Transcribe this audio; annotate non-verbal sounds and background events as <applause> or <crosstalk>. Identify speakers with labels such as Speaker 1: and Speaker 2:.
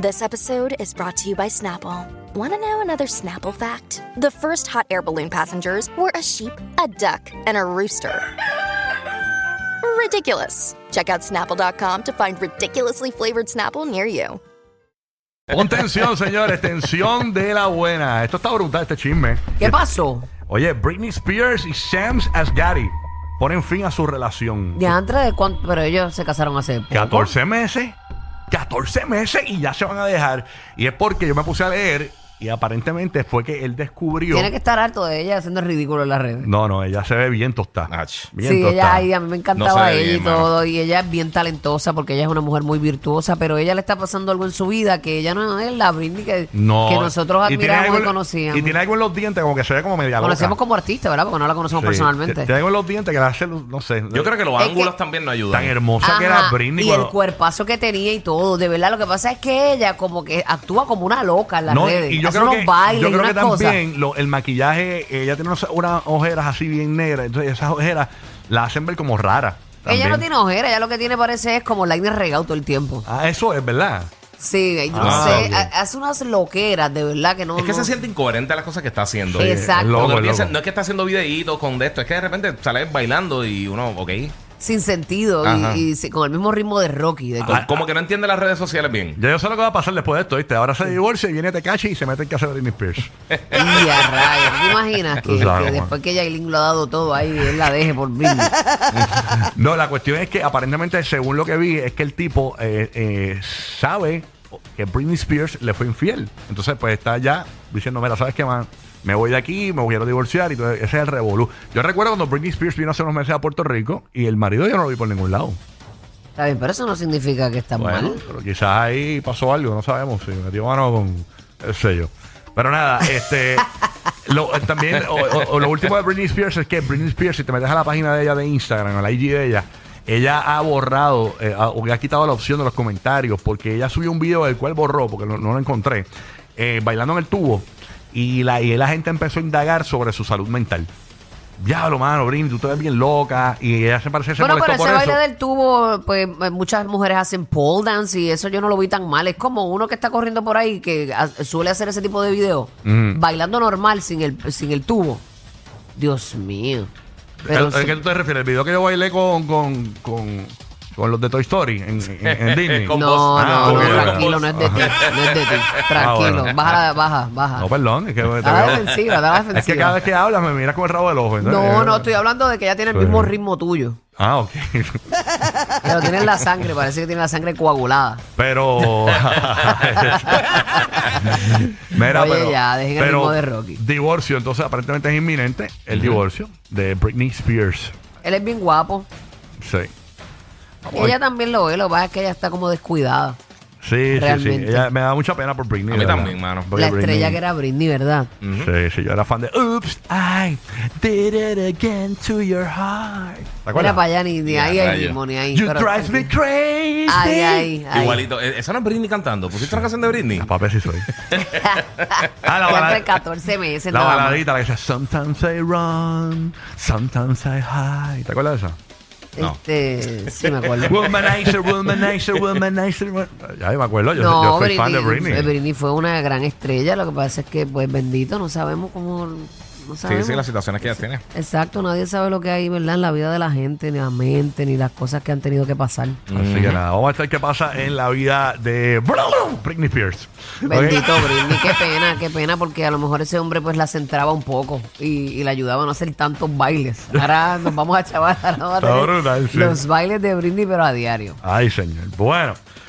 Speaker 1: This episode is brought to you by Snapple. Want to know another Snapple fact? The first hot air balloon passengers were a sheep, a duck, and a rooster. Ridiculous. Check out snapple.com to find ridiculously flavored Snapple near you.
Speaker 2: Pon tensión, señores, tensión de la buena. Esto está brutal, este chisme.
Speaker 3: ¿Qué pasó?
Speaker 2: Oye, Britney Spears y Shams Asghari ponen fin a su relación.
Speaker 3: Diantre de cuánto, pero ellos se casaron hace poco.
Speaker 2: 14 meses, 14 meses y ya se van a dejar. Y es porque yo me puse a leer y aparentemente fue que él descubrió...
Speaker 3: Tiene que estar harto de ella haciendo el ridículo en las redes.
Speaker 2: No, no, ella se ve bien tostada.
Speaker 4: Ach.
Speaker 2: Bien
Speaker 3: sí, ella
Speaker 2: tostada.
Speaker 3: ahí, a mí me
Speaker 4: No se
Speaker 3: encantaba
Speaker 4: ve
Speaker 3: ella y
Speaker 4: bien, mano.
Speaker 3: todo, y ella es bien talentosa porque ella es una mujer muy virtuosa, pero ella le está pasando algo en su vida que ella no es la Britney que,
Speaker 2: No.
Speaker 3: que nosotros
Speaker 2: Y tiene algo
Speaker 3: admiramos y,
Speaker 2: en-
Speaker 3: conocíamos.
Speaker 2: Y tiene algo en los dientes como que se ve como media loca.
Speaker 3: conocemos como artista, ¿verdad? Porque no la conocemos
Speaker 2: Sí,
Speaker 3: personalmente.
Speaker 2: Tiene algo en los dientes que la hace, no sé.
Speaker 4: Yo creo que los
Speaker 3: Es
Speaker 4: ángulos
Speaker 3: que-
Speaker 4: también no ayudan.
Speaker 2: Tan hermosa que
Speaker 3: Ajá,
Speaker 2: era Britney.
Speaker 3: y el
Speaker 2: cuando-
Speaker 3: cuerpazo que tenía y todo, de verdad, lo que pasa es que ella como que actúa como una loca en las redes,
Speaker 2: Y yo
Speaker 3: hace
Speaker 2: creo
Speaker 3: unos
Speaker 2: que,
Speaker 3: bailes
Speaker 2: yo
Speaker 3: y
Speaker 2: creo
Speaker 3: unas
Speaker 2: que
Speaker 3: cosas.
Speaker 2: también lo- el maquillaje, ella tiene unas, unas ojeras así bien negras, entonces esas ojeras la hacen ver como rara.
Speaker 3: Ella
Speaker 2: también.
Speaker 3: no tiene ojera, ella lo que tiene parece es como lightning regado todo el tiempo.
Speaker 2: Ah, eso es verdad.
Speaker 3: Sí, yo no
Speaker 2: Ah,
Speaker 3: sé,
Speaker 2: ok.
Speaker 3: ha- hace unas loqueras, de verdad que no.
Speaker 4: Es que
Speaker 3: no.
Speaker 4: se siente incoherente las cosas que está haciendo.
Speaker 3: Sí, Exacto.
Speaker 2: Es loco,
Speaker 4: Como que
Speaker 2: es
Speaker 4: piensa-
Speaker 2: loco.
Speaker 4: no es que está haciendo videitos con de esto, es que de repente sale bailando y uno, ok.
Speaker 3: Sin sentido
Speaker 4: Ajá.
Speaker 3: y, y si- con el mismo ritmo de Rocky. de-
Speaker 2: Ah.
Speaker 4: Co- como que no entiende las redes sociales bien.
Speaker 2: Ya yo sé lo que va a pasar después de esto, ¿viste? Ahora se divorcia y viene Tecachi y se mete en casa de Britney Spears.
Speaker 3: <laughs> Y a rayos, ¿te imaginas que,
Speaker 2: Tú sabes,
Speaker 3: que
Speaker 2: Juan.
Speaker 3: después que Yailin lo ha dado todo ahí, él la deje por
Speaker 2: <laughs>
Speaker 3: Britney?
Speaker 2: no, la cuestión es que aparentemente, según lo que vi, es que el tipo eh, eh, sabe que Britney Spears le fue infiel. Entonces, pues está ya diciendo, mira, ¿sabes qué, man? Me voy de aquí, me quiero divorciar y todo. Ese es el revolú. Yo recuerdo cuando Britney Spears vino hace unos meses a Puerto Rico y el marido yo no lo vi por ningún lado.
Speaker 3: Está bien, pero eso no significa que está
Speaker 2: Bueno,
Speaker 3: mal.
Speaker 2: pero quizás ahí pasó algo, no sabemos. Si metió mano con el sello. Pero
Speaker 3: <laughs>
Speaker 2: nada, este. lo- también, o, o- o lo último de Britney Spears es que Britney Spears, si te metes a la página de ella de Instagram, a la IG de ella, ella ha borrado eh, ha- o ha quitado la opción de los comentarios porque ella subió un video del cual borró, porque no, no lo encontré, eh, bailando en el tubo. Y la, y la gente empezó a indagar sobre su salud mental. Diablo, mano, Britney, tú te ves bien loca. Y ella se parece que se
Speaker 3: Bueno,
Speaker 2: molestó
Speaker 3: pero ese
Speaker 2: por
Speaker 3: baile
Speaker 2: eso.
Speaker 3: del tubo, pues eh, muchas mujeres hacen pole dance y eso yo no lo vi tan mal. Es como uno que está corriendo por ahí que ha- suele hacer ese tipo de video, bailando normal sin el, sin el tubo. Dios mío. Pero
Speaker 2: ¿A a
Speaker 3: sí-
Speaker 2: qué tú te refieres? ¿El video que yo bailé con, con, con, con los de Toy Story en, en-
Speaker 4: <laughs>
Speaker 2: en Disney?
Speaker 4: Con-
Speaker 3: No,
Speaker 4: vos.
Speaker 2: Ah,
Speaker 3: no,
Speaker 2: ok,
Speaker 3: no,
Speaker 2: ok.
Speaker 3: tranquilo, no es de ti, no es de ti.
Speaker 2: Ah,
Speaker 3: Tranquilo,
Speaker 2: bueno.
Speaker 3: baja, baja, baja.
Speaker 2: No, perdón. Es que, te
Speaker 3: Da la
Speaker 2: veo-
Speaker 3: defensiva, da la
Speaker 2: <laughs> es que
Speaker 3: defensiva.
Speaker 2: cada vez que hablas me miras con el rabo del ojo. ¿no?
Speaker 3: No, no, estoy hablando de que ella tiene el
Speaker 2: Sí.
Speaker 3: mismo ritmo tuyo.
Speaker 2: Ah, ok. <laughs>
Speaker 3: Pero tiene en la sangre, parece que tiene la sangre coagulada.
Speaker 2: Pero. <laughs> Mira,
Speaker 3: Oye,
Speaker 2: pero,
Speaker 3: ya, dejen el
Speaker 2: pero
Speaker 3: ritmo de Rocky.
Speaker 2: Divorcio, entonces aparentemente es inminente el divorcio de Britney Spears.
Speaker 3: Él es bien guapo.
Speaker 2: Sí.
Speaker 3: Ella también lo ve, lo que pasa es que ella está como descuidada.
Speaker 2: Sí, sí, sí.
Speaker 3: Realmente.
Speaker 2: Ella- me da mucha pena por Britney.
Speaker 4: A mí
Speaker 2: de verdad.
Speaker 4: también, mano.
Speaker 2: Porque
Speaker 3: la estrella
Speaker 2: Britney-
Speaker 3: que era Britney, ¿verdad?
Speaker 2: Sí, sí, yo era fan de Oops, I did it again to your heart. ¿Te
Speaker 3: Mira para
Speaker 2: acuerdas?
Speaker 3: allá, ni, ni
Speaker 4: Ya,
Speaker 3: ahí, ahí
Speaker 4: rayo.
Speaker 3: mismo, ni ahí.
Speaker 2: You
Speaker 3: pero-
Speaker 2: drive me crazy.
Speaker 3: Ay, ay, ay. <laughs>
Speaker 4: Igualito. Eh, Esa no es Britney cantando. ¿Pusiste una canción de Britney?
Speaker 2: Ah, papi, sí soy. ah, la,
Speaker 3: Ya
Speaker 2: bala-
Speaker 3: entre 14 meses
Speaker 2: la
Speaker 3: nada más.
Speaker 2: baladita la que dice Sometimes I run, sometimes I hide. ¿Te acuerdas de esa?
Speaker 4: No.
Speaker 3: Este, sí
Speaker 2: <laughs>
Speaker 3: me acuerdo.
Speaker 2: womanizer, womanizer, womanizer. wom- Ay, me acuerdo, yo,
Speaker 3: no,
Speaker 2: yo soy
Speaker 3: Britney,
Speaker 2: fan de Britney.
Speaker 3: eh, fue una gran estrella. Lo que pasa es que, pues, bendito, no sabemos cómo. No
Speaker 4: Sí,
Speaker 3: sabemos.
Speaker 4: sí, las situaciones que ella tiene.
Speaker 3: Exacto, nadie sabe lo que hay, ¿verdad? En la vida de la gente, ni la mente, ni las cosas que han tenido que pasar.
Speaker 2: Así que nada, vamos a ver qué pasa en la vida de Britney Spears. ¿Ok?
Speaker 3: Bendito Britney, qué pena, qué pena, porque a lo mejor ese hombre pues la centraba un poco y, y la ayudaba a no hacer tantos bailes. Ahora nos vamos a chavar, ahora vamos a
Speaker 2: Está
Speaker 3: tener
Speaker 2: brutal, sí.
Speaker 3: los bailes de Britney, pero a diario.
Speaker 2: Ay, señor. Bueno,